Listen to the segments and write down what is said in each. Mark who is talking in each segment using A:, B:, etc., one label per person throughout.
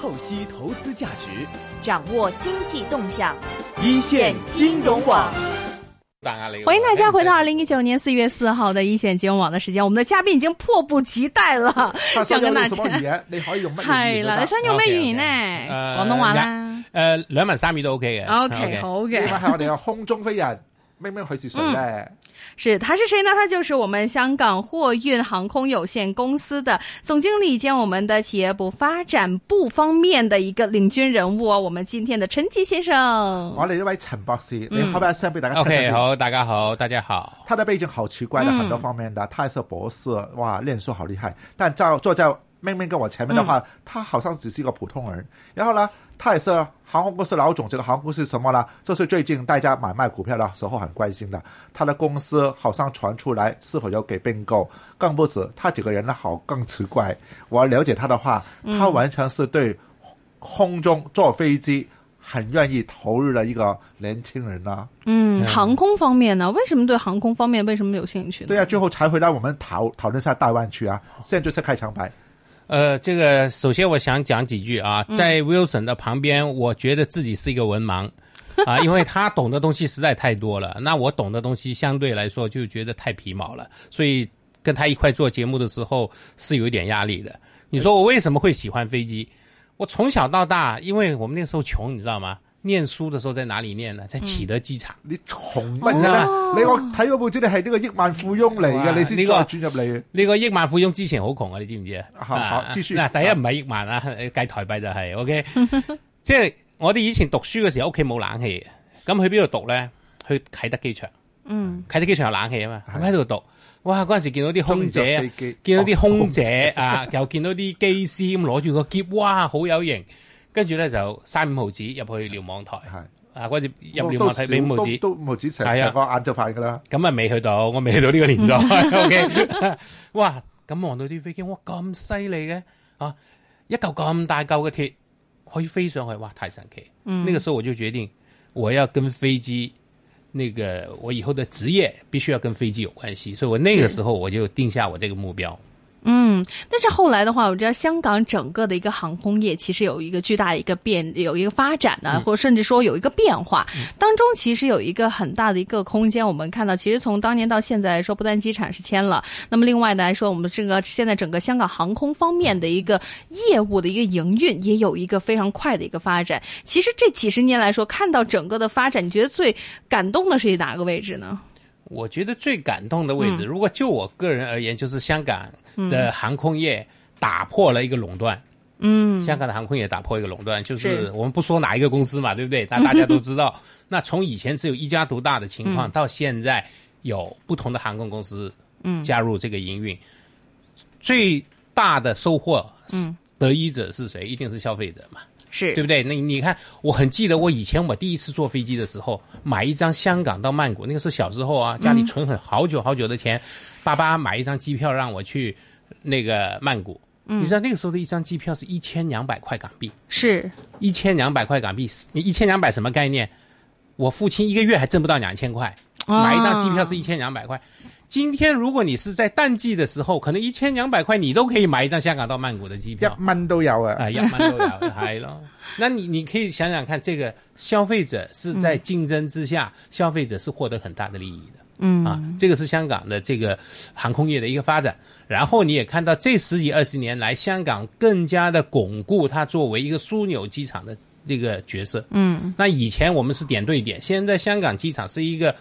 A: 透析投资价值，
B: 掌握经济动向，
A: 一线金融网。
C: 欢迎大家回到二零一九年四月四號嘅一線金融網嘅時間，我們的嘉賓已經迫不及待啦，
D: 想
C: 跟
D: 大
C: 大
D: 家
C: 家
D: 語言，你可以用乜 嘢
C: 係
D: 語
C: 啦，
D: 言
C: 你
D: 都
C: 想用咩語言呢？
E: OK，OK，
C: 廣東話啦
E: 誒。誒兩文呃三語都 OK 嘅。
C: OK，好
D: 得？因為
C: 嘅，
D: 係我哋嘅空中飛人，明明佢是誰咧？
C: 是他是誰呢？他就是我們香港貨運航空有限公司的總經理兼我們的企業部發展部方面的一個領軍人物哦。我們今天的陳吉先生，
D: 我哋呢位陳博士，你開唔開聲俾大家聽聽
E: OK，
D: 先？
E: 好，大家好，大家好。
D: 他的背景好奇怪的，
C: 嗯
D: 很多方面的，他也是博士，哇，念书好厉害。但照坐在明明跟我前面的话，他好像只是一个普通人。然后呢，他也是航空公司老总。这个航空公司是什么呢？这是最近大家买卖股票的时候很关心的。他的公司好像传出来是否有给并购，更不止他这个人呢，好更奇怪。我了解他的话，他完全是对空中坐飞机很愿意投入的一个年轻人呢、
C: 嗯，航空方面呢？为什么對航空方面为什么有興趣呢？
D: 对啊，最后才回来我们讨讨论一下大湾区啊。现在就是开场白，
E: 呃，这个首先我想讲几句
C: 嗯
E: 啊，在 Wilson 的旁边，我觉得自己是一个文 盲啊，因为他懂的东西实在太多了，那我懂的东西相对来说就觉得太皮毛了，所以跟他一块做节目的时候是有一点压力的。你说我为什么会喜欢飞机？我从小到大，因为我们那时候穷，你知道吗？念书的时候在哪里念呢？在启德机场。
D: 你穷乜嘢咧？你我睇嗰部知你系呢个亿万富翁嚟
E: 哦哇
D: 嘅，你先
E: 呢個
D: 再转入嚟。
E: 呢個億萬富翁之前好窮啊，你知唔知啊？
D: 好好
E: 啊
D: 繼續
E: 嗱，第一唔係億萬啊， 計台幣就係 OK 。即係我哋以前讀書嘅時候，屋企冇冷氣嘅，咁去邊度讀咧？去啟德機場，
C: 嗯，
E: 啟德機場有冷氣啊嘛，
D: 係
E: 咁喺度讀。哇！嗰陣時見到啲空姐啊
D: 中意坐飛機，
E: 見到啲
D: 哦
E: 空
D: 空
E: 姐
D: 姐
E: 啊，又見到啲機師咁攞住個箧，哇！好有型。跟住咧就三五毫子入去瞭望台，
D: 系
E: 啊嗰陣入瞭望台俾五毫子。
D: 哦都都五毫子成
E: 係啊
D: 成个晏昼饭噶啦。
E: 咁啊未去到，我未去到呢個年代。OK，哇！咁望到啲飛機，哇咁犀利嘅啊！一嚿咁大嚿嘅鐵可以飛上去，哇！太神奇。嗯，那個時候我就決定，我要跟飛機，那個我以後的職業必須要跟飛機有關係，所以我那個時候我就定下我這個目標。
C: 嗯，但是后来的话，我知道香港整个的一个航空业其实有一个巨大的一个变，有一个发展
E: 嗯
C: 呢、或者甚至说有一个变化，当中其实有一个很大的一个空间。我们看到，其实从当年到现在来说，不但机场是迁了，那么另外的来说，我们这个现在整个香港航空方面的一个业务的一个营运也有一个非常快的一个发展。其实这几十年来说，看到整个的发展，你觉得最感动的是哪个位置呢？
E: 我觉得最感动的位置，如果就我个人而言，就是香港的航空业打破了一个垄断。嗯，香港的航空业打破一个垄断，就是
C: 是
E: 我们不说哪一个公司嘛，对不对？但大家都知道， 那从以前只有一家独大的情况，到现在有不同的航空公司加入这个营运，最大的收获是得益者是谁？一定是消费者嘛。
C: 是
E: 对不对？那你你看，我很记得我以前我第一次坐飞机的时候，买一张香港到曼谷，那个时候小时候啊，家里存很好久好久的钱，爸爸买一张机票让我去那个曼谷。你知道那个时候的一张机票是一千两百块港币，
C: 是，
E: 一千两百块港币，一千两百什么概念？我父亲一个月还挣不到两千块，
C: 啊
E: 买一张机票是一千两百块。今天如果你是在淡季的时候，可能一千两百块你都可以买一张香港到曼谷的机票。
D: 一蚊都有啊
E: 啊，！一蚊都有，係咯。那你你可以想想看，这个消费者是在竞争之下，消费者是获得很大的利益的。嗯啊，这个是香港的这个航空业的一个发展。然后你也看到这十几二十年来，香港更加的巩固它作为一个枢纽机场的这个角色。嗯，那以前我们是点对点，现在香港机场是一个。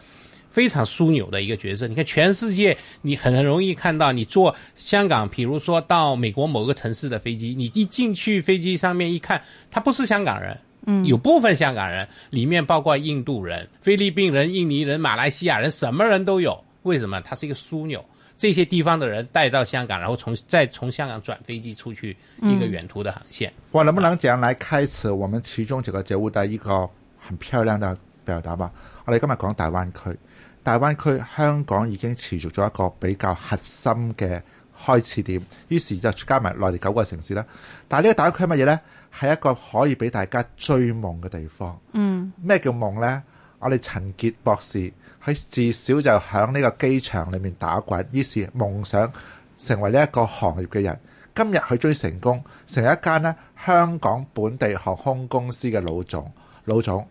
E: 非常枢纽的一个角色。你看，全世界你很容易看到，你坐香港，比如说到美国某个城市的飞机，你一进去飞机上面一看，他不是香港人。嗯，有部分香港人，里面包括印度人、菲律宾人、印尼人、马来西亚人，什么人都有。为什么？它是一个枢纽，这些地方的人带到香港，然后从再从香港转飞机出去一个远途的航线。
D: 我能不能这样来开始我们其中这个节目的一个很漂亮的表达吧？我哋今日講大灣區，大灣區香港已經持續咗一個比較核心嘅開始點，於是就加埋內地九個城市啦。但係呢個大灣區係乜嘢呢？係一個可以俾大家追夢嘅地方。嗯，咩叫夢呢？我哋陳傑博士，佢自小就喺呢個機場裏面打滾，於是夢想成為呢一個行業嘅人。今日佢追成功，成一間咧香港本地航空公司嘅老總，老總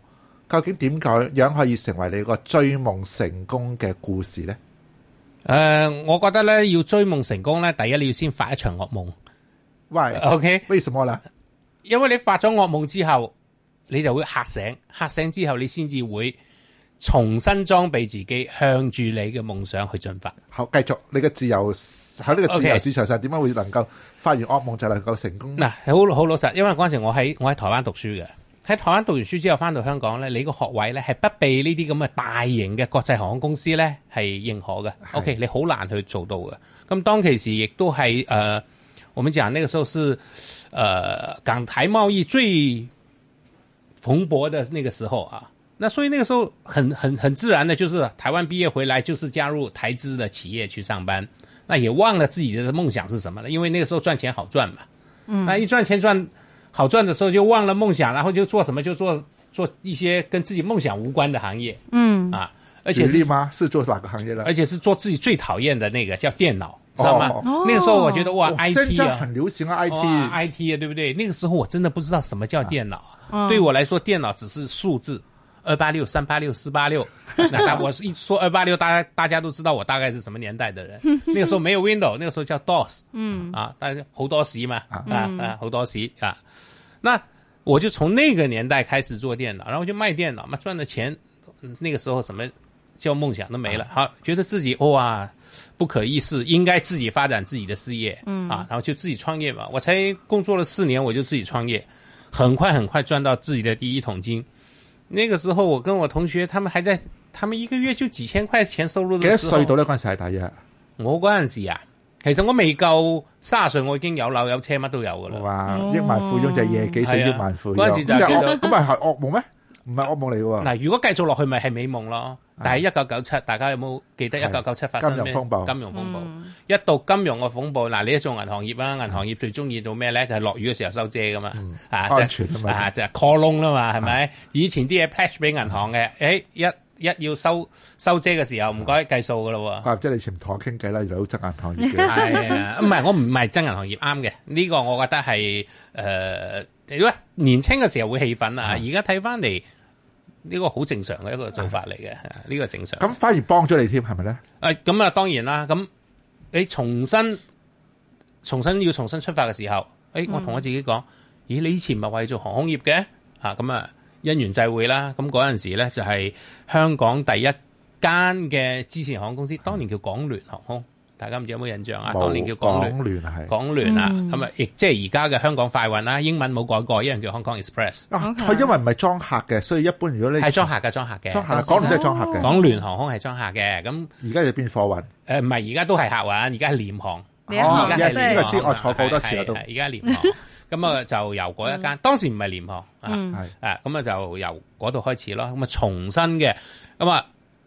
D: 究竟點解樣可以成為你個追夢成功嘅故事呢？
E: 誒、呃我覺得咧要追夢成功咧，第一你要先發一場噩夢
D: 喂，
E: ，OK？
D: 為什麼啦？
E: 因為你發咗噩夢之後，你就會嚇醒，嚇醒之後你先至會重新裝備自己，向住你嘅夢想去進發。
D: 好，繼續你嘅自由喺呢個自由
E: OK
D: 市場上，點解會能夠發完噩夢就能夠成功呢？
E: 嗱，好好老實，因為嗰陣時我喺我喺台灣讀書嘅，喺台灣讀完書之後翻到香港咧，你個學位咧係不被呢啲咁嘅大型嘅國際航空公司咧係認可嘅。OK，你好難去做到嘅。咁當其時亦都係誒、呃我們講那個時候是呃港台貿易最蓬勃的那個時候啊。那所以那個時候很很很自然的，就是台灣畢業回來就是加入台資的企業去上班，那也忘了自己的夢想是什麼了，因為那個時候賺錢好賺嘛。那一赚钱赚好赚的时候，就忘了梦想，然后就做什么就做做一些跟自己梦想无关的行业。嗯啊，而且
D: 舉例
E: 是
D: 嗎？是做哪個行業啦
E: 而？且是做自己最讨厌的那个叫电脑，知道吗？
D: 哦
E: 那个时候我觉得哇
D: 哇深
E: ，IT
D: 圳
E: 啊
D: 很。流行啊，IT，
E: 哇 IT 啊，对不对？那个时候我真的不知道什么叫电脑啊，对我来说，电脑只是数字，二八六、三八六、四八六。那大我是一说二八六，大家大家都知道我大概是什么年代的人。那个时候没有 Window，那个时候叫 DOS，嗯啊，但是好多時嘛，啊啊好多時啊。那我就从那个年代开始做电脑，然后就卖电脑嘛，赚的钱，嗯那个时候什么叫梦想都没了，好，觉得自己哇不可一世，应该自己发展自己的事业，嗯啊，然后就自己创业嘛。我才工作了四年，我就自己创业，很快很快赚到自己的第一桶金。那个时候，我跟我同学他们还在，他们一个月就几千块钱收入
D: 幾多
E: 的时候
D: 歲，到呢？嗰陣時係大約，
E: 我嗰阵时啊，其实我未够卅岁，我已经有樓有車乜都有噶啦。
D: 哇！億萬富翁就係夜幾四
E: 係
D: 億
E: 啊
D: 萬富翁，
E: 嗰陣時就
D: 咁
E: 係
D: 係
E: 叫
D: 惡咁咪係噩夢咩？唔係噩夢嚟嘅喎。
E: 嗱，如果繼續落去，咪係美夢咯。但係一九九七，大家有冇記得一九九七發生咩
D: 啊金融風暴
E: 金融風暴一到金融嘅風暴，嗱，你一做銀行業
D: 嗯
E: 啦，銀行業最中意做咩咧？就係落雨嘅時候收遮噶嘛，啊，
D: 安
E: 即係
D: 全啊嘛啊
E: 啊，就係 call loan 啦嘛，係咪？以前啲嘢 patch 俾銀行嘅，誒一一要收收遮嘅時候，唔該計數噶咯喎。
D: 怪唔知你前同我傾偈啦，原來好憎銀 行業嘅。
E: 係啊，唔係我唔係真銀行業啱嘅，呢、個我覺得係誒，因、為年青嘅時候會氣憤啊，而家睇翻嚟呢個好正常嘅一個做法嚟嘅，啊呢、個正常。
D: 咁反而幫咗你添，係咪咧？
E: 誒咁啊，當然啦，咁你重新重新要重新出發嘅時候，誒、我同我自己講，咦，你以前咪為做航空業嘅啊，咁啊，因緣際會啦，咁嗰陣時咧就係、香港第一間嘅支線航空公司，當年叫港聯航空，大家唔知嗯有冇印象啊？當年叫港聯。
D: 港聯係
E: 港聯啊，咁啊、亦即係而家嘅香港快運啦，英文冇改過，一樣叫 Hong Kong Express，
D: 啊，
C: OK
D: 佢因為唔係裝客嘅，所以一般如果你
E: 係裝客嘅，裝客嘅，
D: 裝客，港聯都係裝客嘅，
E: 港聯航空係裝客嘅，咁
D: 而家就變貨運。
E: 誒唔係而家都係客運，而家係廉航。
C: 你
D: 哦
C: 好，
E: 而家係
D: 呢個知
E: 廉航
D: 我坐過好多次啦
E: 係
D: 都
E: 係係而家廉航，咁啊就由嗰一間，當時唔係廉航啊，
C: 嗯
D: 係
E: 啊咁啊就由嗰度開始咯，咁啊重新嘅，咁啊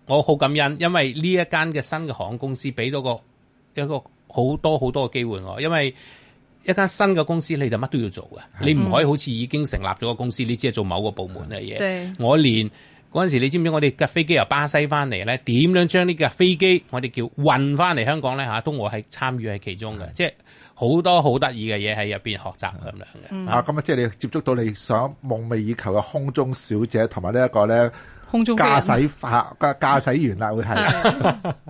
E: 我好感恩，因為呢一間嘅新嘅航空公司俾到個一個好多好多嘅機會我，因為。一間新嘅公司，你就乜都要做嘅，你唔可以好似已經成立咗個公司，你只係做某個部門嘅嘢
C: 對。
E: 我連嗰陣時，你知唔知我哋架飛機由巴西翻嚟咧？點樣將呢架飛機我哋叫運翻嚟香港咧？嚇，都我係參與喺其中嘅，即係好多好得意嘅嘢喺入邊學習咁樣嘅。
D: 啊，咁啊，即係你接觸到你想夢寐以求嘅空中小姐同埋呢一個咧
C: 空中飛人
D: 駕駛法駕駕駛員啦，會係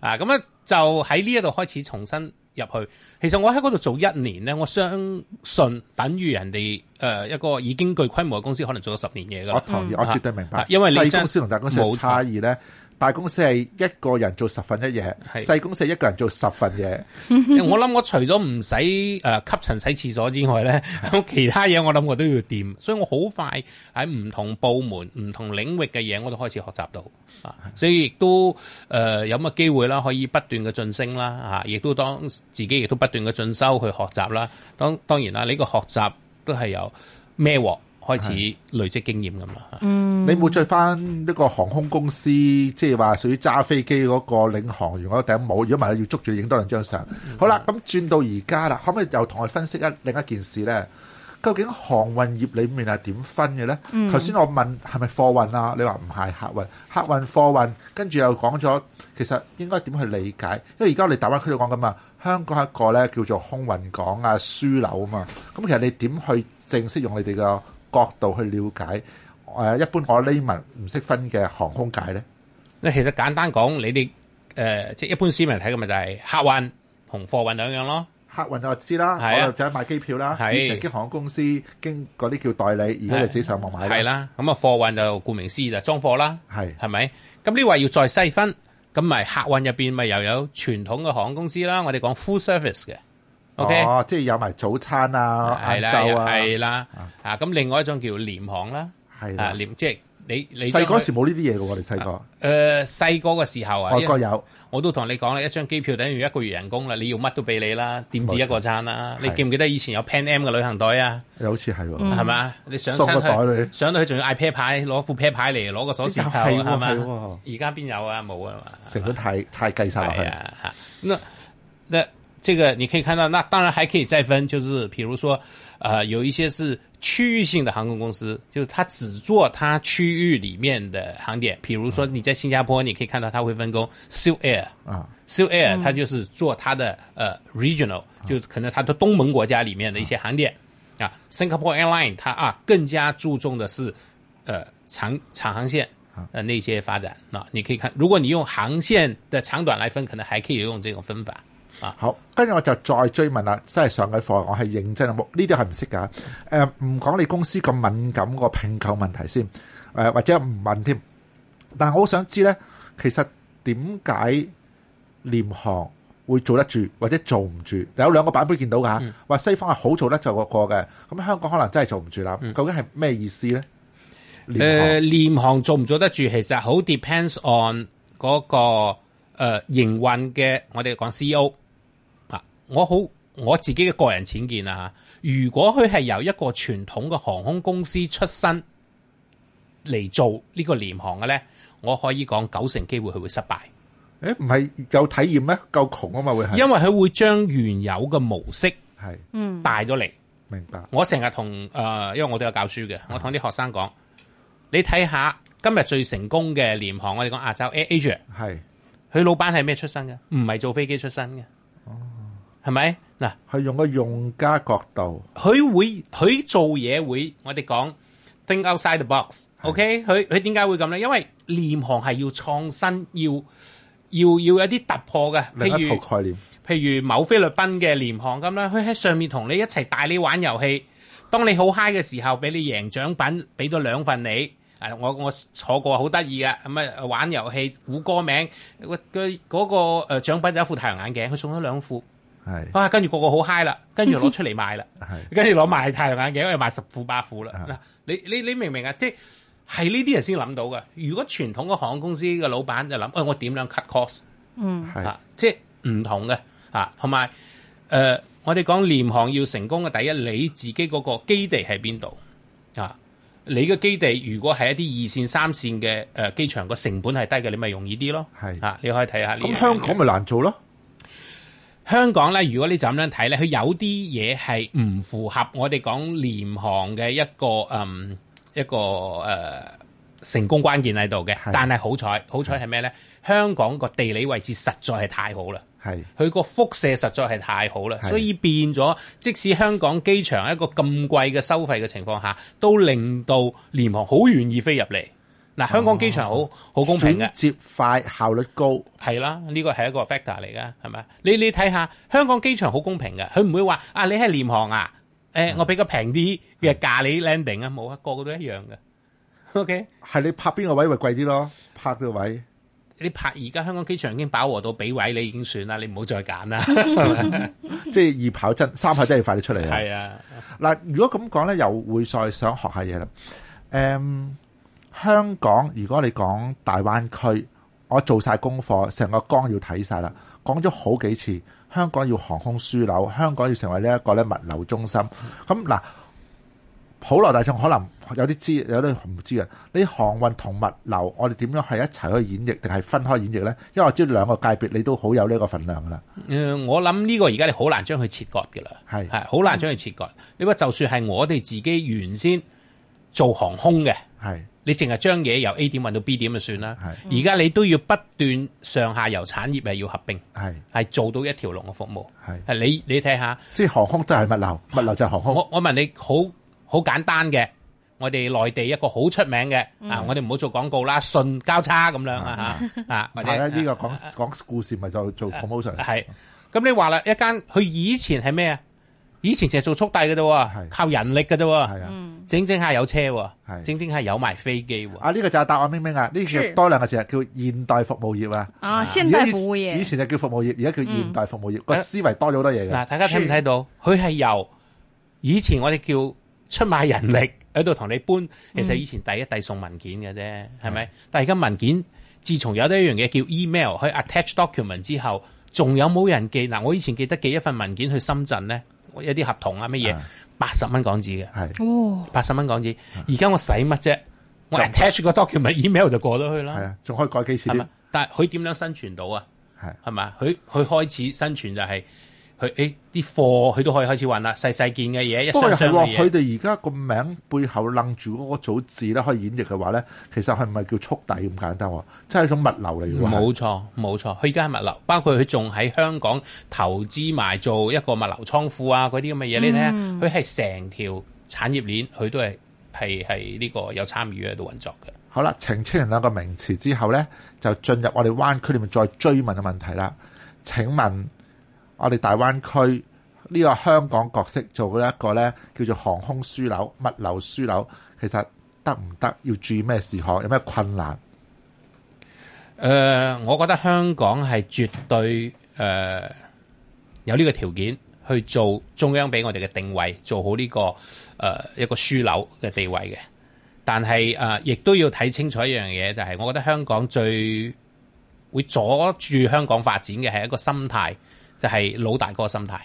E: 啊，咁啊就喺呢一度開始重新入去。其實我喺嗰度做一年咧，我相信等於人哋誒、呃一個已經具規模嘅公司，可能做咗十年嘢噶
D: 我
E: 啦。
D: 同意，我絕對明白
E: 啊。因為你真
D: 細公司同大公司嘅差異咧，大公司係一個人做十份一嘢，
E: 係
D: 細公司係一個人做十份嘢。
E: 我諗我除咗唔使呃誒吸塵洗廁所之外咧，咁 其他嘢我諗我都要掂，所以我好快喺唔同部門、唔同領域嘅嘢我都開始學習到啊，所以亦都誒、呃有乜機會啦，可以不斷嘅晉升啦啊，亦都當自己亦都不斷嘅進修去學習啦。當當然啦，呢、個學習都係由孭鑊開始累積經驗咁啦。啊
D: 你冇着翻一個航空公司，即係話屬於揸飛機嗰個領航員嗰頂帽，如果唔係要捉住你影多兩張相。好啦，咁轉到而家啦，可唔可以又同我分析一另一件事咧？究竟航運業裡面係點分嘅咧？頭先、我問係咪貨運啊？你話唔係客運，客運貨運，跟住又講咗其實應該點去理解？因為而家我哋大灣區都講緊嘛，香港係一個咧叫做空運港啊樞紐啊嘛。咁其實你點去正式用你哋嘅角度去了解？誒、呃一般我 layman 唔識分嘅航空界咧，
E: 嗱，其實簡單講，你哋誒、呃即係一般市民睇嘅咪就係客運同貨運兩樣咯。
D: 客運我就知啦，
E: 係啊
D: 我就走去買機票啦，
E: 係
D: 以前經航空公司經嗰啲叫代理，而家就自己上網買
E: 係
D: 啦，
E: 啦，咁啊貨運就顧名思義就裝貨啦，
D: 係
E: 係咪？咁呢位要再細分，咁咪客運入邊咪又有傳統嘅航空公司啦，我哋講 full service 嘅，OK，
D: 哦，即係有埋早餐啊、
E: 係
D: 晏
E: 啦，
D: 晝啊，
E: 係啦，啊咁另外一種叫廉航啦，
D: 係
E: 啊
D: 啦。
E: 廉即係你你啊
D: 細個嗰
E: 時
D: 時冇呢啲嘢嘅喎，我哋細個
E: 誒細個嘅時候啊，
D: 外
E: 因
D: 國有
E: 我都同你講啦，一張機票等於一個月人工啦，你要乜都俾你啦，點止一個餐啦？
D: 冇錯
E: 你記唔記得以前有 Pan Am 嘅旅行袋啊？
D: 又好似係喎，
E: 係咪啊？你上
D: 送個
E: 餐
D: 袋
E: 去，
D: 你
E: 上到去仲要嗌啤牌，攞副啤牌嚟，攞個鎖匙
D: 又
E: 扣，
D: 係喎
E: 係嘛？
D: 係喎
E: 而家邊有啊？冇啊嘛。
D: 成本太太計晒落
E: 哎
D: 去，
E: 呀，那那这个你可以看到，那当然还可以再分，就是比如说，呃，有一些是区域性的航空公司，就是它只做它区域里面的航点。比如说你在新加坡，你可以看到它会分工 s u Air
D: 啊
E: s u Air 它就是做它的呃 regional，就可能它的东盟国家里面的一些航点啊。Singapore Airline 它啊更加注重的是呃长长航线呃那些发展啊，你可以看，如果你用航线的长短来分，可能还可以用这种分法。
D: 好，跟住我就再追問啦，真係上嘅課我係認真嘅，冇呢啲係唔識㗎。誒、唔講你公司咁敏感個拼購問題先，誒、或者唔問添。但我好想知咧，其實點解廉航會做得住或者做唔住？有兩個版本見到㗎，話、西方係好做得就個個嘅，咁香港可能真係做唔住啦。究竟係咩意思咧？廉航、
E: 誒呃廉航做唔做得住，其實好 depends on 嗰、個誒、呃、營運嘅，我哋講 CEO 啊，我好我自己嘅個人淺見啊，如果佢係由一個傳統嘅航空公司出身嚟做呢個廉航嘅咧，我可以講九成機會佢會失敗，
D: 誒唔係有體驗咩？夠窮啊嘛，會係
E: 因為佢會將原有嘅模式
D: 係
E: 帶咗嚟。
D: 明白
E: 我成日同誒，呃因為我都有教書嘅，
D: 嗯
E: 我同啲學生講，你睇下今日最成功嘅廉航，我哋講亞洲 Air Asia。
D: 係
E: 佢老闆係咩出身嘅？唔係做飛機出身嘅，
D: 哦
E: 係咪？嗱，
D: 係用個用家角度
E: 佢會佢做嘢會，我哋講 think outside the box，OK？、佢佢點解會咁咧？因為廉航係要創新，要要要有啲突破嘅，
D: 另
E: 譬
D: 一
E: 如
D: 套概念。
E: 譬如某菲律賓嘅廉航咁啦，佢喺上面同你一齊帶你玩遊戲。當你好 high 嘅時候，俾你贏獎品，俾咗兩份你。誒，我我坐過好得意嘅，咁啊玩遊戲估歌名，嗰、嗰個誒獎品就一副太陽眼鏡，佢送咗兩副，
D: 係
E: 啊，跟住個個好 high 啦，跟住攞出嚟賣啦，
D: 係
E: 跟住攞賣太陽眼鏡，因為賣十副八副啦。
D: 啊
E: 嗱，你你你明唔明啊？即係係呢啲人先諗到嘅。如果傳統嘅航空公司嘅老闆就諗，喂、我點樣 cut cost？
D: 係
E: 啊，即係唔同嘅啊，同埋誒，我哋講廉航要成功嘅第一，你自己嗰個基地喺邊度啊？你嘅基地如果係一啲二線、三線嘅誒、呃、機場，個成本係低嘅，你咪容易啲咯。
D: 係
E: 啊，你可以睇下呢樣嘢。
D: 咁香港咪難做咯？
E: 香港咧，如果你就咁樣睇咧，佢有啲嘢係唔符合我哋講廉航嘅一個嗯一個誒、呃成功關鍵喺度嘅
D: 係。
E: 但係好彩，好彩係咩咧？香港個地理位置實在係太好啦。
D: 係
E: 佢個輻射實在係太好啦，
D: 係
E: 所以變咗，即使香港機場一個咁貴嘅收費嘅情況下，都令到廉航好願意飛入嚟。嗱，香港機場好好公平嘅
D: 轉，接快，效率高，
E: 係啦，呢個係一個 factor 嚟㗎，係咪？你你睇下香港機場好公平嘅，佢唔會話啊，你係廉航啊，誒、我俾個平啲嘅價你 landing 啊，冇啊，個個都一樣嘅。OK，
D: 係你拍邊個位咪貴啲咯？拍呢個位
E: 你拍而家香港機場已經飽和到俾位你已經算啦，你唔好再揀啦。
D: 即係二跑真，三跑真係快啲 出嚟啊！
E: 係啊，
D: 嗱，如果咁講咧，又會再想學下嘢啦。誒、香港如果你講大灣區，我做晒功課，成個綱要睇晒啦，講咗好幾次，香港要航空樞紐，香港要成為呢一個咧物流中心。咁嗱，普羅大眾可能有啲知，有啲唔知嘅。呢航運同物流，我哋點樣係一齊去演繹，定係分開演繹咧？因為我知道兩個界別你都好有呢個份量噶啦。
E: 誒、呃我諗呢個而家你好難將佢切割嘅啦，
D: 係
E: 係好難將佢切割。你話就算係我哋自己原先做航空嘅，
D: 係
E: 你淨係將嘢由 A 點運到 B 點就算啦。
D: 係
E: 而家你都要不斷上下游產業係要合並，
D: 係
E: 係做到一條龍嘅服務。
D: 係，
E: 係你你睇下，
D: 即係航空都係物流，物流就係航空。
E: 我我問你好好簡單嘅，我哋內地一個好出名嘅、啊，我哋唔好做廣告啦，信交叉咁樣啊嚇啊，或者
D: 大家呢個講講故事咪就做 promotion
E: 系，咁你話啦，一間佢以前係咩啊？以前淨係做速遞嘅啫喎，
D: 係
E: 靠人力嘅啫
D: 係
E: 喎，
D: 啊。
C: 嗯
E: 整整下有車喎，
D: 係
E: 整整下有埋飛機喎。
D: 啊！呢、個就係答案明明啊！呢
C: 是
D: 叫多兩個字啊，叫現代服務業啊。
C: 啊，現代服務
D: 以
C: 業，
D: 前就叫服務業，而家叫現代服務業，個、
E: 嗯
D: 思維多咗好多嘢嘅。
E: 嗱，大家睇唔睇到？佢係由以前我哋叫出賣人力喺度同你搬，其實以前遞一遞送文件嘅啫，係咪？但係而家文件，自從有得一樣嘢叫 email 去 attach document 之後，仲有冇人寄？嗱，我以前記得寄一份文件去深圳咧，有啲合同啊乜嘢
D: 啊，
E: 八十蚊港紙嘅。
D: 係
C: 哦，
E: 八十蚊港紙，
D: 嗯
E: 而家我使乜啫？我 attach 個 document email 就過咗去
D: 係
E: 啦，
D: 啊，仲可以改幾次
E: 係
D: 添
E: 咪？？但係佢點樣生存到啊？
D: 係
E: 係咪？佢佢開始生存就係佢誒啲貨，佢都可以開始運啦，細細件嘅嘢，一
D: 不過
E: 箱
D: 又
E: 箱
D: 係喎，
E: 嘅嘢。
D: 佢哋而家個名背後楞住嗰個組字咧，可以演繹嘅話咧，其實係咪叫速遞咁簡單喎？即係一種物流嚟嘅喎。
E: 冇錯冇錯，佢而家係物流，包括佢仲喺香港投資埋做一個物流倉庫啊，嗰啲咁嘅嘢，你睇下，
D: 嗯
E: 佢係成條產業鏈，佢都係係係呢個有參與喺度運作嘅。
D: 好啦，澄清完兩個名詞之後呢，就進入我哋灣區裏面再追問嘅問題啦。請問我哋大灣區呢個香港角色做咗一個呢叫做航空樞紐、物流樞紐，其實得唔得？要注意咩事項？有咩困難？
E: 誒、呃我覺得香港係絕對誒、呃有呢個條件去做中央俾我哋嘅定位，做好呢、個誒、呃一個樞紐嘅地位嘅。但係誒、呃亦都要睇清楚一樣嘢，就係、我覺得香港最會阻住香港發展嘅係一個心態，就係、老大哥心態。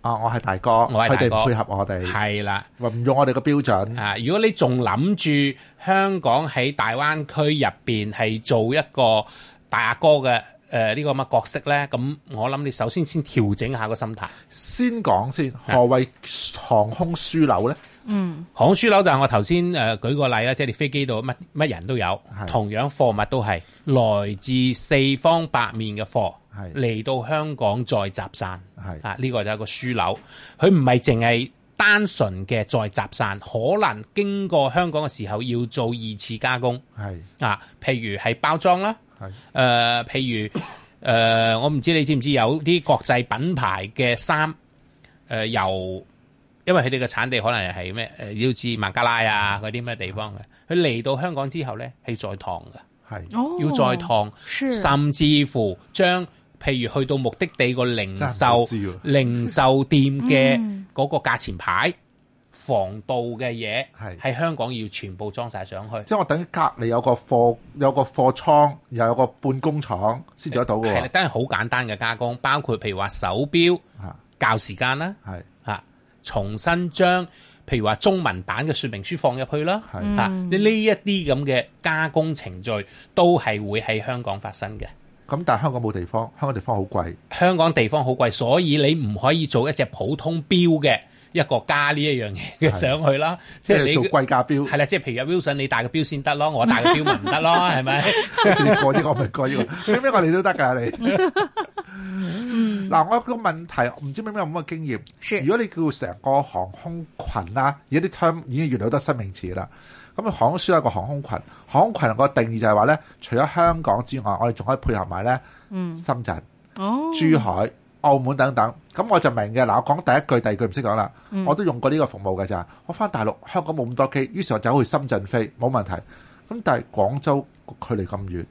D: 啊，我係大哥，
E: 我係
D: 佢
E: 大哥
D: 哋配合我哋，
E: 係啦。
D: 唔用我哋嘅標準。
E: 啊！如果你仲諗住香港喺大灣區入邊係做一個大阿哥嘅誒呢個乜角色咧，咁我諗你首先先調整下個心態。
D: 先講先，何謂航空樞紐呢？
E: 行書樓就係我頭先誒舉個例啦，即係你飛機度乜乜人都有
D: 係，
E: 同樣貨物都係來自四方八面嘅貨
D: 係，
E: 嚟到香港再集散。
D: 係
E: 啊，呢、個就係一個樞紐，佢唔係淨係單純嘅再集散，可能經過香港嘅時候要做二次加工。
D: 係
E: 啊，譬如係包裝啦，
D: 係
E: 誒、譬如誒、呃我唔知你知唔知有啲國際品牌嘅衫，誒、呃由因為佢哋嘅產地可能係咩誒，要至孟加拉啊嗰啲咩地方嘅，佢嚟到香港之後咧係再燙嘅，
D: 係，
C: 哦，
E: 要再燙，
C: 是
E: 甚至乎將譬如去到目的地個零
D: 真係唔
E: 售
D: 知喎嗯
E: 零售店嘅嗰個價錢牌。防盜嘅嘢
D: 係
E: 喺香港要全部裝晒上去，
D: 即係我等於隔離有個貨有個貨倉，又有個半工廠先做得到嘅
E: 係啦，
D: 喎。
E: 都係好簡單嘅加工，包括譬如話手錶、
D: 啊
E: 教時間啦，
D: 係
E: 嚇、重新將譬如話中文版嘅說明書放入去啦，嚇、
D: 係
E: 呢呢一啲咁嘅加工程序都係會喺香港發生嘅。
D: 咁，但係香港冇地方，香港地方好貴。
E: 香港地方好貴，所以你唔可以做一隻普通錶嘅一個加呢一樣嘢嘅
D: 係
E: 上去啦，
D: 即
E: 即係
D: 係
E: 你
D: 做貴價標，
E: 係啦，即係譬如阿 Wilson 你戴個錶先得咯，我戴個錶咪唔 得咯，係咪？
D: 跟住你過呢個咪過呢 個，咩咩我哋都得㗎你。
E: 嗯
D: 嗱，我有個問題，唔知咩咩有冇咁嘅經驗？
C: 是
D: 如果你叫成個航空群啦，而家啲 term 已經越嚟越多新名詞啦。咁航空書有個航空群，航空群個定義就係話咧，除咗香港之外，我哋仲可以配合埋咧，
E: 嗯
D: 深圳、
C: 哦，
D: 珠海、澳門等等。咁我就明嘅。嗱，我講第一句、第二句唔識講啦。我都用過呢個服務嘅咋。我翻大陸，香港冇咁多機，於是我走去深圳飛，冇問題。咁但係廣州距離咁遠，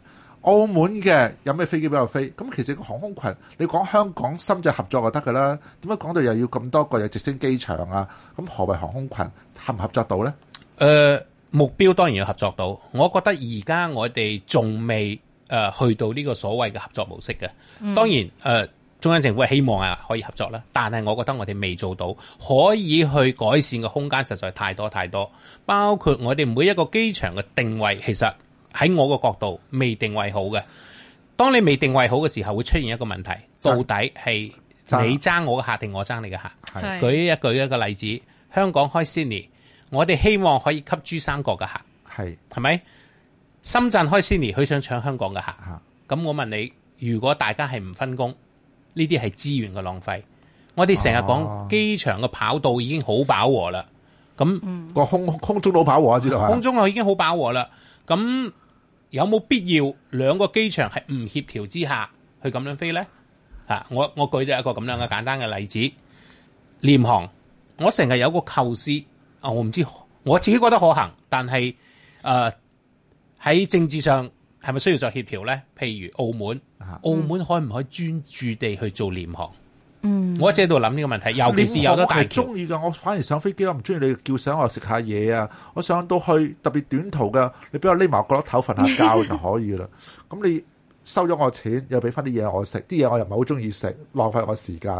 D: 澳門嘅有咩飛機俾我飛？咁其實個航空群，你講香港、深圳合作就得㗎啦。點解講到又要咁多個有直升機場啊？咁何謂航空群？合唔合作到呢？
E: 誒、呃目標當然要合作到，我覺得而家我哋仲未誒、呃去到呢個所謂嘅合作模式嘅。當然誒、呃中央政府係希望啊可以合作啦，但係我覺得我哋未做到，可以去改善嘅空間實在太多太多，包括我哋每一個機場嘅定位，其實喺我個角度未定位好嘅。當你未定位好嘅時候，會出現一個問題，到底係
D: 爭
E: 你爭我嘅客定我爭你嘅客？
C: 係
E: 舉一舉一個例子，香港開 Sydney，我哋希望可以吸珠三角嘅客，
D: 係
E: 係咪？深圳開 Sydney，佢想搶香港嘅客。
D: 嚇
E: 咁我問你，如果大家係唔分工，呢啲係資源嘅浪費。我哋成日
D: 哦
E: 講機場嘅跑道已經好飽和啦，咁
D: 個空空中老跑我知道
E: 空
D: 係
E: 中啊我已經好飽和啦，咁有冇必要兩個機場係唔協調之下去咁樣飛呢？啊，我我舉咗一個咁樣嘅簡單嘅例子，廉航，我成日有個構思啊，我唔知我自己覺得可行，但係誒喺政治上係咪需要再協調呢？譬如澳門
D: 啊，
E: 澳門可唔可以專注地去做廉航？
C: 嗯，
E: 我一直喺度諗呢個問題，尤其是有得大
D: 係
E: 橋。
D: 中意嘅，我反而上飛機我唔中意你叫醒我食下嘢啊！我上到去特別短途嘅，你俾我匿埋個角落頭瞓下覺就可以 啦。咁你收咗我錢，又俾翻啲嘢我食，啲嘢我又唔係好中意食，浪費我時間。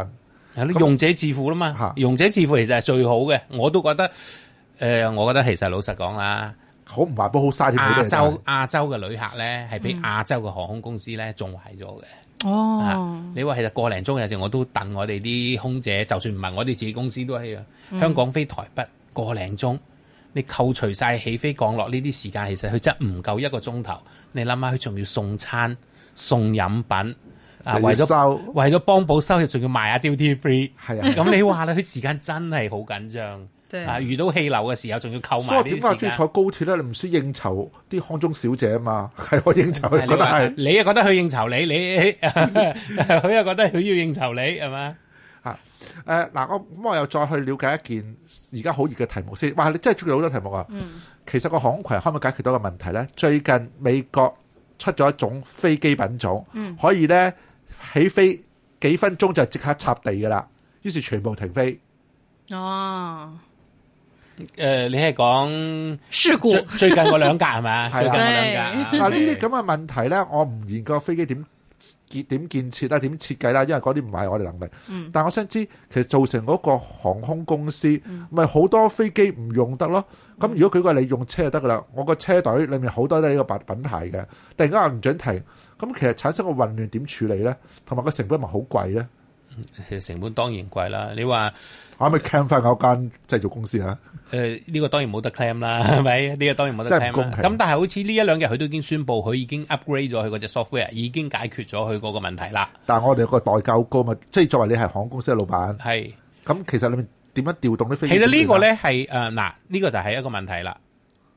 E: 係咯，
D: 咁
E: 用者自付啦
D: 嚇
E: 嘛，用者自付其實係最好嘅，我都覺得。誒、我覺得其實老實講啦，
D: 好唔環保，好嘥添好多
E: 亞
D: 嘢
E: 洲亞洲嘅旅客咧係俾亞洲嘅航空公司咧縱壞咗嘅。
C: 哦
E: 啊，你話其實個零鐘有時我都等我哋啲空姐，就算唔係我哋自己公司都係啊。香港飛台北個零鐘，你扣除晒起飛降落呢啲時間，其實佢真係唔夠一個鐘頭。你諗下，佢仲要送餐、送飲品，啊，
D: 又要
E: 為咗
D: 收
E: 為咗幫補收入，仲要賣下 duty free。
D: 係啊。
E: 咁你話啦，佢時間真係好緊張，
C: 對
E: 啊遇到氣流嘅時候，仲要扣
D: 所
E: 埋
D: 以我
E: 呢
D: 點
E: 啲
D: 解
E: 時
D: 中意
E: 間。
D: 坐高鐵咧？你唔需要應酬啲空中小姐啊嘛，係我應酬，
E: 係
D: 覺
E: 你
D: 得
E: 話
D: 係
E: 你又覺得佢應酬你，你 佢又覺得佢要應酬你，係嘛？
D: 誒呃嗱，我咁我又再去了解一件而家好熱嘅題目先。哇！你真係中意好多題目啊！其實個航空群可唔可以解決到個問題咧？最近美國出咗一種飛機品種，可以咧起飛幾分鐘就即刻插地噶啦，於是全部停飛。
C: 哦，
E: 誒、你係講
C: 事故
E: 最最近嗰兩格係 嘛？
D: 係啊
E: 最近嗰 兩格
D: 嗱，呢啲咁嘅問題咧，我唔研究飛機點建點建設啦、點設計啦，因為嗰啲唔係我哋能力。
C: 嗯
D: 但我想知，其實造成嗰個航空公司，咪好、多飛機唔用得咯。咁如果舉個例用車就得噶啦，我個車隊裏面好多都係呢個品品牌嘅，突然間話唔准停，咁其實產生個混亂點處理咧，同埋個成本咪好貴咧。
E: 其實成本當然貴啦。你話
D: 我可唔可以 claim 翻嗰間製造公司啊？
E: 誒呢個當然冇得 claim 啦， 係咪？呢、個當然冇得
D: 真係唔
E: claim 啦
D: 公。平
E: 咁但係好似呢一兩日佢都已經宣布，佢已經 upgrade 咗佢嗰隻 software，已經解決咗佢嗰個問題啦。
D: 但係我哋個代價好高嘛，即係作為你係航空公司嘅老闆，
E: 係。
D: 咁其實裏面點樣調動啲飛機？
E: 其實呢個，咧係誒嗱，呢、個就係一個問題啦。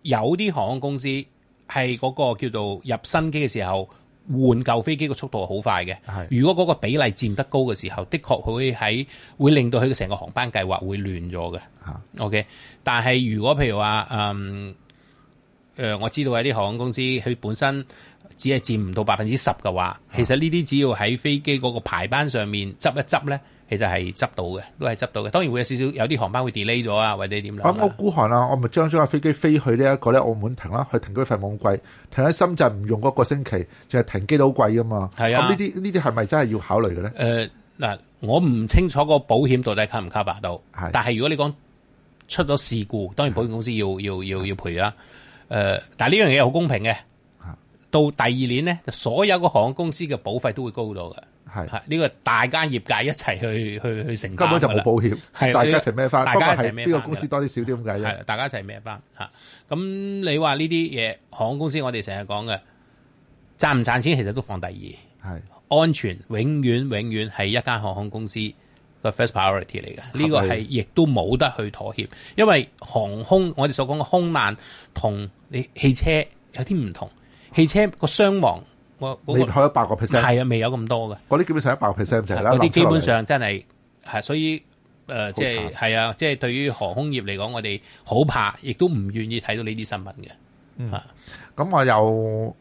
E: 有啲航空公司係嗰個叫做入新機嘅時候換舊飛機嘅速度係好快嘅。
D: 係
E: 如果嗰個比例佔得高嘅時候，的確會喺會令到佢嘅成個航班計劃會亂咗嘅。
D: 嚇
E: OK，但係如果譬如話嗯誒、呃我知道有啲航空公司佢本身只係佔唔到百分之十嘅話，其實呢啲只要喺飛機嗰個排班上面執一執咧，其實係執到嘅，都係執到嘅。當然會有少少有啲航班會 delay 咗啊，或者點
D: 咁我
E: 啦。
D: 孤寒啦，我咪將將架飛機飛去呢一個咧澳門停啦，佢停機費冇咁貴，停喺深圳唔用嗰個星期，淨係停機都好貴噶嘛。
E: 係啊
D: 咁呢啲呢啲係咪真係要考慮嘅咧？
E: 誒呃嗱、我唔清楚個保險到底 cover 唔 cover 到
D: 係，
E: 但係如果你講出咗事故，當然保險公司要要要要賠啦。誒、但係呢樣嘢好公平嘅
D: 啊。
E: 到第二年咧，就所有個航空公司嘅保費都會高到嘅，
D: 係
E: 係呢個大家業界一齊去去去承擔
D: 根本就
E: 㗎啦
D: 冇保險，
E: 係
D: 大家一齊孭翻，
E: 大
D: 不過
E: 家一齊
D: 係
E: 孭
D: 呢
E: 返
D: 個公司多啲少啲咁解
E: 係
D: 啫。
E: 啦，大家一齊孭翻嚇。咁、你話呢啲嘢，航空公司我哋成日講嘅賺唔賺錢，其實都放第二，
D: 係
E: 安全永遠永遠係一間航空公司個 first priority 嚟嘅。呢個
D: 合理
E: 係亦都冇得去妥協，因為航空我哋所講嘅空難同你汽車有啲唔同，汽車個傷亡我
D: 未
E: 嗰、個
D: 開一百個 percent，
E: 係啊，未有咁多嘅。
D: 嗰啲基本上一百個 percent 就係啦。
E: 嗰啲
D: 冧出
E: 基
D: 嚟
E: 本上真係係，所以誒，即
D: 好
E: 係
D: 慘
E: 係啊，即係對於航空業嚟講，我哋好怕，亦都唔願意睇到呢啲新聞嘅。
D: 咁我又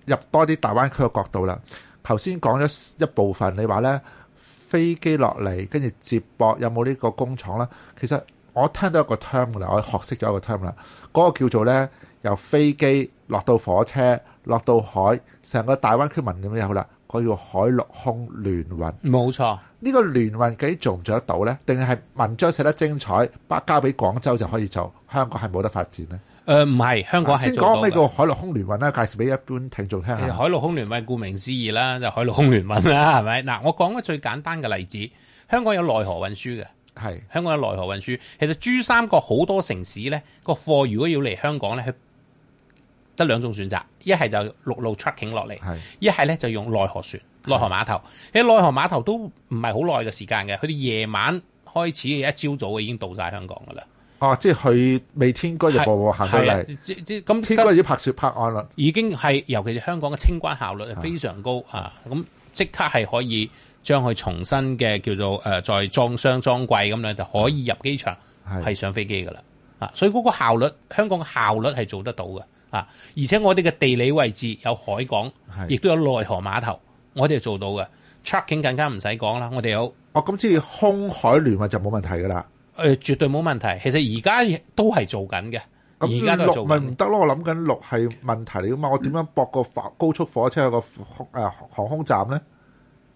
D: 入多啲大灣區嘅角度啦。頭先講咗一部分，你話呢飛機落嚟跟住接駁有冇呢個工廠啦？其實我聽到一個 term 㗎啦，我學識咗一個 term 啦。嗰、個叫做呢，由飛機落到火車，落到海，成個大灣區文咁樣好啦。佢叫海陸空聯運。
E: 冇錯，
D: 呢、個聯運幾做唔做得到呢？定係文章寫得精彩，把交俾廣州就可以做，香港係冇得發展呢？
E: 誒唔係香港係
D: 啊先
E: 做到
D: 講咩
E: 嘅
D: 叫。海陸空聯運啦，介紹俾一般聽眾聽
E: 其實
D: 下。
E: 海陸空聯運顧名思義啦，就海陸空聯運啦，係咪？嗱，我講個最簡單嘅例子，香港有內河運輸嘅，
D: 係
E: 香港有內河運輸。其實珠三角好多城市呢個貨如果要嚟香港呢，佢得兩種選擇，一係就陸路 trucking 落嚟，
D: 係
E: 一係咧就用內河船、
D: 啊
E: 內河碼頭。喺內河碼頭都唔係好耐嘅時間嘅，佢哋夜晚開始，一朝早已經到晒香港噶啦。
D: 哦，即係去未天哥就步步行到
E: 係啊
D: 嚟，
E: 即即即咁
D: 天哥已經拍雪拍岸啦。
E: 已經係，尤其是香港嘅清關效率係非常高啊！咁即刻係可以將佢重新嘅叫做誒、呃再裝箱裝櫃咁樣，就可以入機場
D: 係
E: 係上飛機噶啦啊！所以嗰個效率，香港嘅效率係做得到嘅啊！而且我哋嘅地理位置有海港，
D: 係
E: 亦都有內河碼頭，我哋係做到嘅。trucking 更加唔使講啦，我哋有。
D: 哦，咁即係空海聯運就冇問題噶啦。
E: 誒、絕對呃冇問題，其實而家都係做緊嘅，
D: 咁
E: 而家都係
D: 陸
E: 做
D: 咪
E: 緊
D: 唔
E: 嘅。
D: 得咯？我諗緊陸係問題嚟噶 嘛？我點樣駁個法高速火車去個誒航空站咧？
E: 誒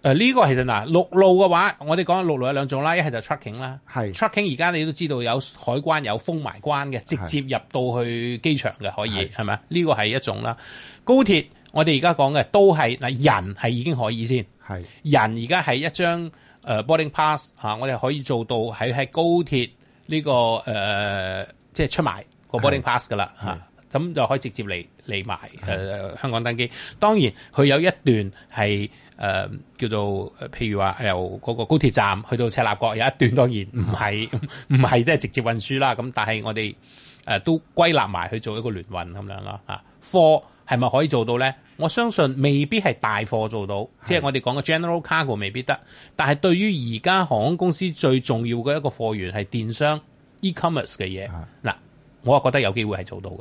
E: 呃呢個其實嗱，陸路嘅話，我哋講陸路有兩種啦，一係就 trucking 啦
D: 係
E: ，trucking 而家你都知道有海關有封埋關嘅，直接入到去機場嘅可以
D: 係
E: 係咪？呢個係一種啦。高鐵我哋而家講嘅都係嗱，人係已經可以先，
D: 係
E: 人而家係一張誒、呃 boarding pass 啊，我哋可以做到喺喺高鐵呢、個誒、呃即係出埋個 boarding
D: 係
E: pass 噶啦啊，咁就可以直接嚟嚟埋誒香港登機。當然佢有一段係誒、呃叫做呃譬如話由嗰個高鐵站去到赤鱲角有一段，當然唔係唔係即係直接運輸啦。咁但係我哋誒、呃都歸納埋去做一個聯運咁樣啦啊貨。係咪可以做到呢？我相信未必係大貨做到，即係我哋講嘅 general cargo 未必得。但係對於而家航空公司最重要嘅一個貨源係電商 e-commerce 嘅嘢，
D: 啊
E: 嗱，我覺得有機會係做到嘅。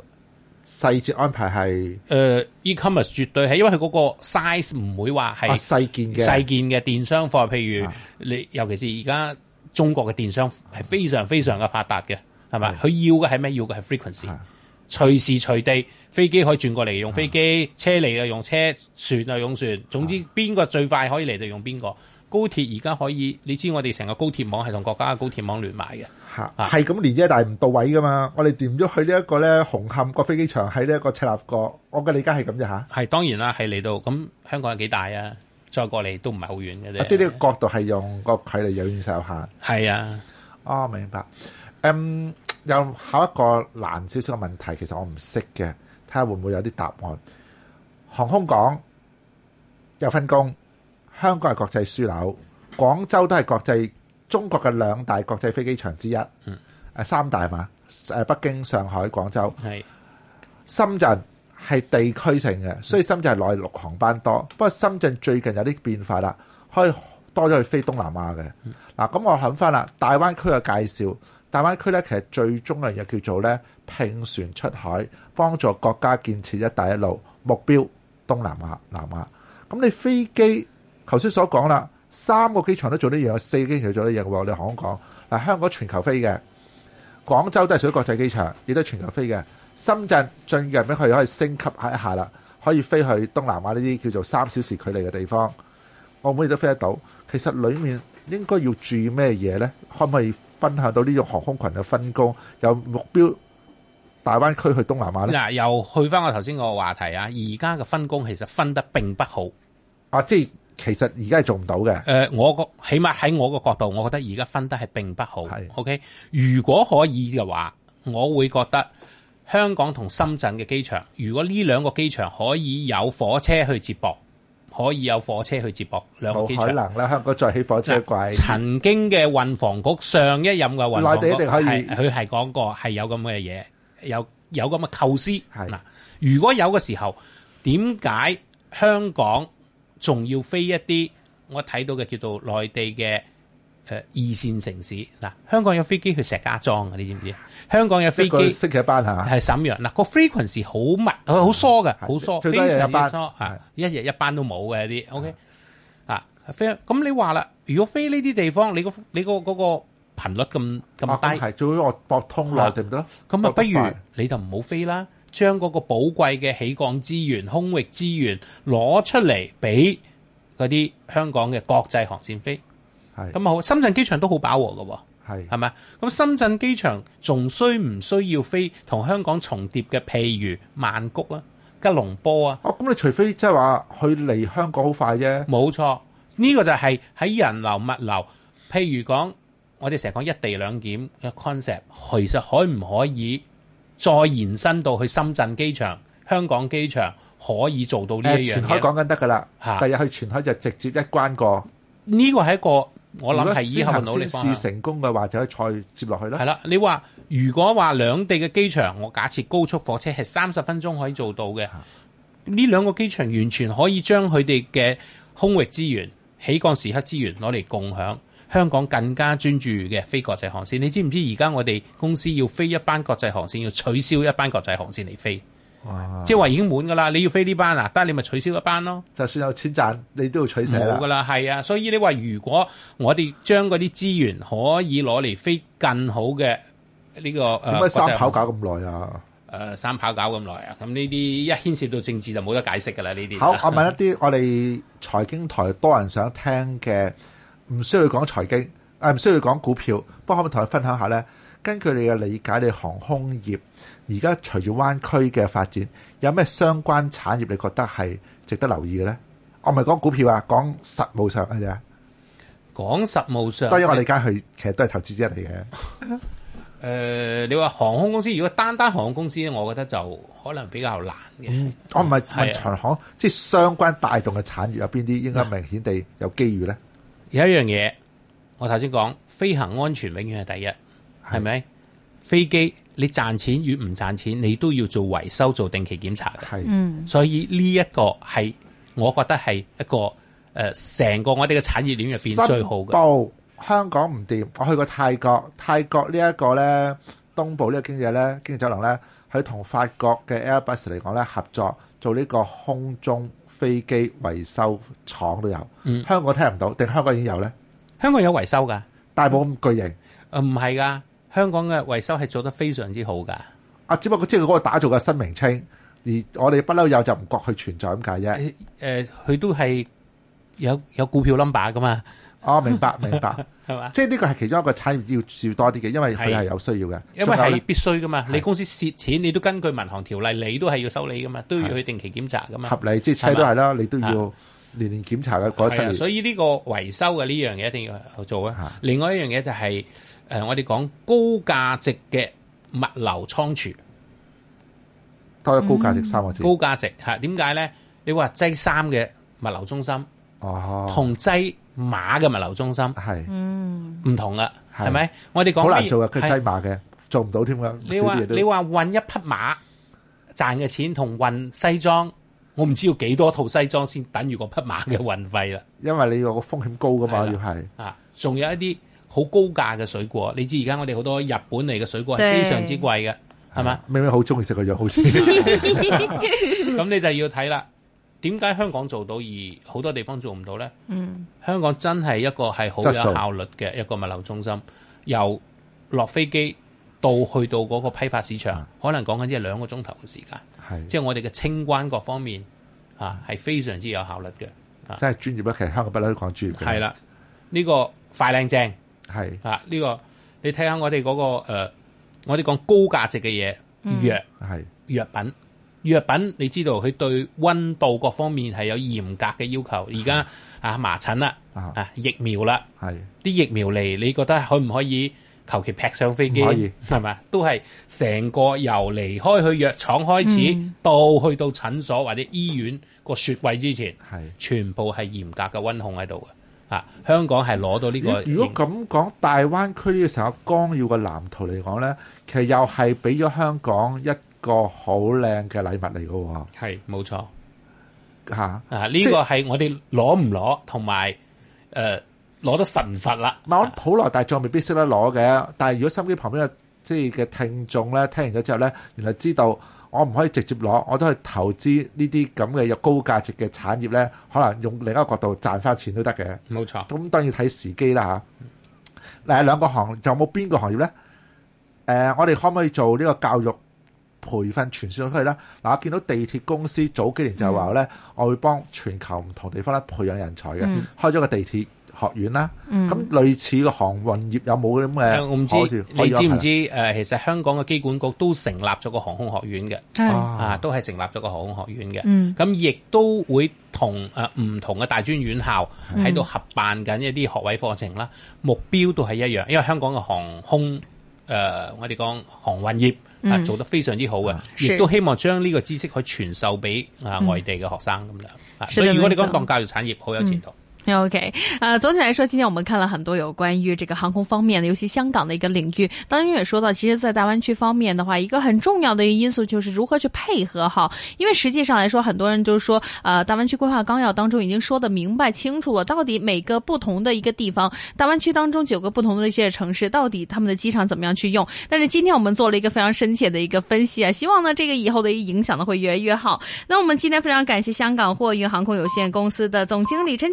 D: 細節安排係
E: 誒、e-commerce 絕對係因為佢嗰個 size 唔會話
D: 啊
E: 係
D: 細件嘅，
E: 細件嘅電商貨，譬如
D: 啊
E: 你尤其是而家中國嘅電商係非常非常嘅發達嘅，係咪？佢要嘅係咩？要嘅係 frequency
D: 啊。
E: 隨時隨地飛機可以轉過嚟用飛機，車嚟就用車，船就用船。總
D: 啊
E: 之邊個最快可以嚟就用邊個。高鐵而家可以，你知我哋成個高鐵網係同國家嘅高鐵網聯埋嘅。
D: 嚇
E: 啊
D: 係咁連啫，但係唔到位噶嘛。我哋掂咗去呢一個咧紅磡個飛機場喺呢一個赤鱲角，我嘅理解係咁啫嚇。啊
E: 係當然啦，係嚟到咁香港有幾大啊？再過嚟都唔係好遠嘅啫。
D: 啊即係呢個角度係用個距離有遠實有限。
E: 係啊，
D: 哦，明白。嗯，又考一個難少少嘅問題，其實我唔識嘅，睇下會唔會有啲答案。航空港有分工，香港係國際樞紐，廣州都係國際中國嘅兩大國際飛機場之一。嗯，三大嘛，誒北京、上海、廣州。
E: 係
D: 深圳係地區性嘅，所以深圳係內陸航班多。不過深圳最近有啲變化啦，可以多咗去飛東南亞嘅。嗱，咁我諗翻啦，大灣區嘅介紹，大灣區咧其實最終嘅嘢叫做咧拼船出海，幫助國家建設一帶一路目標東南亞、南亞。咁你飛機頭先所講啦，三個機場都做呢樣，四個機場做呢樣喎。你航空港嗱，香港全球飛嘅。廣州都係屬於國際機場，亦都係全球飛嘅。深圳進入俾佢可以升級下一下啦，可以飛去東南亞呢啲叫做三小時距離嘅地方。澳門亦都飛得到。其實裡面應該要注意咩嘢呢？可唔可以分享到呢種航空群嘅分工，有目標大灣區去東南亞呢？
E: 嗱，又去翻我頭先個話題啊。而家嘅分工其實分得並不好。
D: 啊，即係其實而家係做唔到嘅
E: 誒、，我個起碼喺我個角度，我覺得而家分得係並不好
D: 係。
E: OK，如果可以嘅話，我會覺得香港同深圳嘅機場，如果呢兩個機場可以有火車去接駁，可以有火車去接駁兩個機
D: 冇可
E: 場。
D: 能哦啦！香港再起火車軌，
E: 曾經嘅運房局上一任嘅運房局，
D: 內地一定可以
E: 係佢係講過係有咁嘅嘢，有有咁嘅構思。
D: 係
E: 嗱，如果有嘅時候，點解香港仲要飛一啲我睇到嘅叫做內地嘅誒、呃二線城市？嗱，香港有飛機去石家莊啊嘅，你知唔知？香港有飛
D: 一個
E: 機。
D: 星期一班嚇。
E: 係沈陽嗱，個 frequency 好密，佢好疏嘅，好疏，
D: 最
E: 非
D: 多一日
E: 常
D: 一
E: 之
D: 班
E: 疏
D: 係
E: 啊！一日一班都冇嘅啲，OK 啊飛咁你話啦，如果飛呢啲地方，你個你個嗰個頻率咁
D: 啊
E: 咁低，
D: 係最好我博通內地咪得咯。
E: 咁啊，不
D: 博得快
E: 如你就唔好飛啦，將嗰個寶貴嘅起降資源、空域資源攞出嚟俾嗰啲香港嘅國際航線飛。
D: 係
E: 咁啊好，深圳機場都好把握嘅喎。
D: 係
E: 係咪？咁深圳機場仲需唔需要飛同香港重疊嘅？譬如曼谷啊、吉隆坡啊，
D: 哦，咁你除非即係話佢嚟香港好快啫，
E: 冇錯，呢、個就係喺人流物流。譬如講，我哋成日講一地兩檢嘅 concept，其實可唔可以再延伸到去深圳機場、香港機場，可以做到呢
D: 誒
E: 一樣
D: 前海
E: 嘢？
D: 講緊得㗎啦
E: 嚇，
D: 第日去前海就直接一關過。
E: 呢個係一個我
D: 如
E: 諗
D: 果
E: 係以後嘅努力
D: 先
E: 方向
D: 行先試。成功嘅話，就可以再接落去
E: 係
D: 啦。
E: 啦，你話如果話兩地嘅機場，我假設高速火車係三十分鐘可以做到嘅，
D: 啊
E: 呢兩個機場完全可以將佢哋嘅空域資源、起降時刻資源攞嚟共享。香港更加專注嘅非國際航線，你知唔知而家我哋公司要飛一班國際航線，要取消一班國際航線嚟飛，
D: 哇！
E: 即係話已經滿㗎啦。你要飛呢班啊，得你咪取消一班咯。
D: 就算有錢賺，你都要取捨
E: 冇
D: 啦
E: 噶。啦，係啊，所以你話如果我哋將嗰啲資源可以攞嚟飛更好嘅呢、個誒，
D: 點解啊三跑
E: 國際
D: 搞咁耐啊？
E: 航誒、三跑搞咁耐啊？咁呢啲一牽涉到政治就冇得解釋噶啦，呢啲
D: 好，我問一啲我哋財經台多人想聽嘅，唔需要講財經，啊唔需要講股票，不過可唔可以同佢分享下呢？根據你嘅理解，你航空業而家隨住灣區嘅發展，有咩相關產業你覺得係值得留意嘅呢？我唔係講股票啊，講實務上嘅啫。
E: 嗯講實務上，
D: 當然我理解佢其實都係投資者嚟嘅，
E: 誒、呃你話航空公司如果單單航空公司，我覺得就可能比較難嘅。
D: 我唔係
E: 係啊
D: 問長航，即係相關帶動嘅產業有邊啲應該明顯地有機遇呢？
E: 有一樣嘢，我頭先講飛行安全永遠係第一，係咪？飛機你賺錢與唔賺錢，你都要做維修、做定期檢查嘅。
D: 係。
E: 所以呢一個係我覺得係一個誒成、個我哋嘅產業鏈入邊最好嘅。
D: 報香港唔掂，我去過泰國，泰國呢一個咧東部呢個經濟咧經濟走廊咧，佢同法國嘅 Airbus 嚟講咧合作做呢個空中飛機維修廠都有。
E: 嗯
D: 香港聽唔到，定香港已經有咧？
E: 香港有維修㗎，
D: 但係冇咁巨型。
E: 誒唔係㗎，香港嘅維修係做得非常之好㗎。
D: 啊，只不過即係嗰個打造嘅新名稱，而我哋不嬲有就唔覺佢存在咁解
E: 誒、
D: 啫。
E: 誒呃佢都係有有股票 number 㗎嘛，
D: 哦，明白明白，
E: 係嘛？
D: 即係呢個係其中一個產業要注意多啲嘅，因為佢
E: 係
D: 係有需要嘅。
E: 因為
D: 仲有呢
E: 係必須㗎嘛，你公司蝕錢，你都根據民航條例，你都係要修理㗎嘛，都要去定期檢查㗎嘛。啊
D: 合理，即係車都係啦，你都要年年檢查嘅嗰七
E: 係啊，
D: 年。
E: 所以呢個維修嘅呢樣嘢一定要做啊
D: 嚇。
E: 另外一樣嘢就係、呃我哋講高價值嘅物流倉儲。
D: 多咗高價值三個字。
E: 高價值嚇。點解咧？你話擠衫嘅物流中心
D: 哦，
E: 同擠馬嘅物流中心
D: 係
E: 唔同啦，
D: 係
E: 係咪？我哋講
D: 好難
E: 乜嘢
D: 做啊嘅，佢擠
E: 係
D: 馬嘅，做唔到添噶。
E: 你
D: 少
E: 話
D: 啲嘢都
E: 你話運一匹馬賺嘅錢同運西裝，我唔知要幾多套西裝先等於嗰匹馬嘅運費啦。
D: 因為你有個風險高噶嘛，
E: 係啦
D: 要係
E: 啊，仲有一啲好高價嘅水果，你知而家我哋好多日本嚟嘅水果係
C: 對
E: 非常之貴嘅，係嘛？？
D: 啊明明好中意食個 樣，好似
E: 咁你就要睇啦。點解香港做到而好多地方做唔到呢？
C: 嗯，
E: 香港真係一個係好
D: 質
E: 有
D: 素
E: 效率嘅一個物流中心，由落飛機到去到嗰個批發市
D: 啊
E: 場，可能講緊即係兩個鐘頭嘅時間，
D: 係
E: 即係我哋嘅清關各方面啊係非常之有效率嘅，
D: 真係專業啊啦。其實香港不嬲都講專業嘅。
E: 係，啦，呢、個快靚正
D: 係
E: 啊，呢、個你睇下我哋嗰、個、呃、我哋講高價值嘅嘢藥。
D: 係
E: 藥品。藥品你知道佢對温度各方面係有嚴格嘅要求。而家啊麻疹啦，
D: 啊
E: 啊疫苗啦，
D: 係
E: 啲疫苗嚟，你覺得可唔可以求其劈上飛機？
D: 唔可以
E: 係咪？都係成個由離開去藥廠開始，
D: 嗯
E: 到去到診所或者醫院個雪櫃之前，
D: 係。
E: 全部係嚴格嘅温控喺度嘅。啊，香港係攞到呢、個
D: 如果咁講，大灣區呢個成個光耀嘅藍圖嚟講咧，其實又係俾咗香港一個好靚嘅禮物嚟
E: 係冇錯。
D: 嘅喎嚇。
E: 啊，呢、
D: 即係
E: 個係我哋攞唔攞，同埋誒攞得實唔實啦。
D: 唔係我普羅大眾未必識得攞嘅，但係如果心機旁邊嘅即係嘅聽眾咧，聽完咗之後咧，原來知道我唔可以直接攞，我都去投資呢啲咁嘅有高價值嘅產業咧，可能用另一個角度賺翻錢都得嘅。
E: 冇錯。
D: 咁當然睇時機啦嚇。嗱，兩個行有冇邊個行業咧？誒、我哋可唔可以做呢個教育培訓傳輸出去啦。嗱，我見到地鐵公司早幾年就話咧，我會幫全球唔同地方咧培養人才嘅，開咗個地鐵學院啦。咁、類似嘅航運業有冇咁嘅可以？
E: 呃我唔知
D: 可
E: 你
D: 以安排
E: 知唔
D: 呢
E: 知？誒、其實香港嘅機管局都成立咗個航空學院嘅，
D: 嗯
C: 係
E: 啊，都係成立咗個航空學院嘅。
C: 哦嗯
E: 咁亦都會同誒唔同嘅大專院校
C: 嗯
E: 喺度合辦緊一啲學位課程啦，目標都係一樣，因為香港嘅航空誒、呃我哋講航運業
C: 嗯
E: 啊，做得非常之好嘅，
C: 是
E: 亦都希望將呢個知識去傳授俾啊外地嘅學生咁樣。啊，
C: 嗯是
E: 所
C: 的
E: 以如果你
C: 沒錯
E: 講當教育產業好有前途。
C: OK，呃，总体来说，今天我们看了很多有关于这个航空方面的，尤其香港的一个领域。当然也说到，其实，在大湾区方面的话，一个很重要的一个因素就是如何去配合哈。因为实际上来说，很多人就是说，呃，大湾区规划纲要当中已经说的明白清楚了，到底每个不同的一个地方，大湾区当中九个不同的一些城市，到底他们的机场怎么样去用。但是今天我们做了一个非常深切的一个分析啊，希望呢这个以后的一个影响呢会越来越好。那我们今天非常感谢香港货运航空有限公司的总经理陈吉。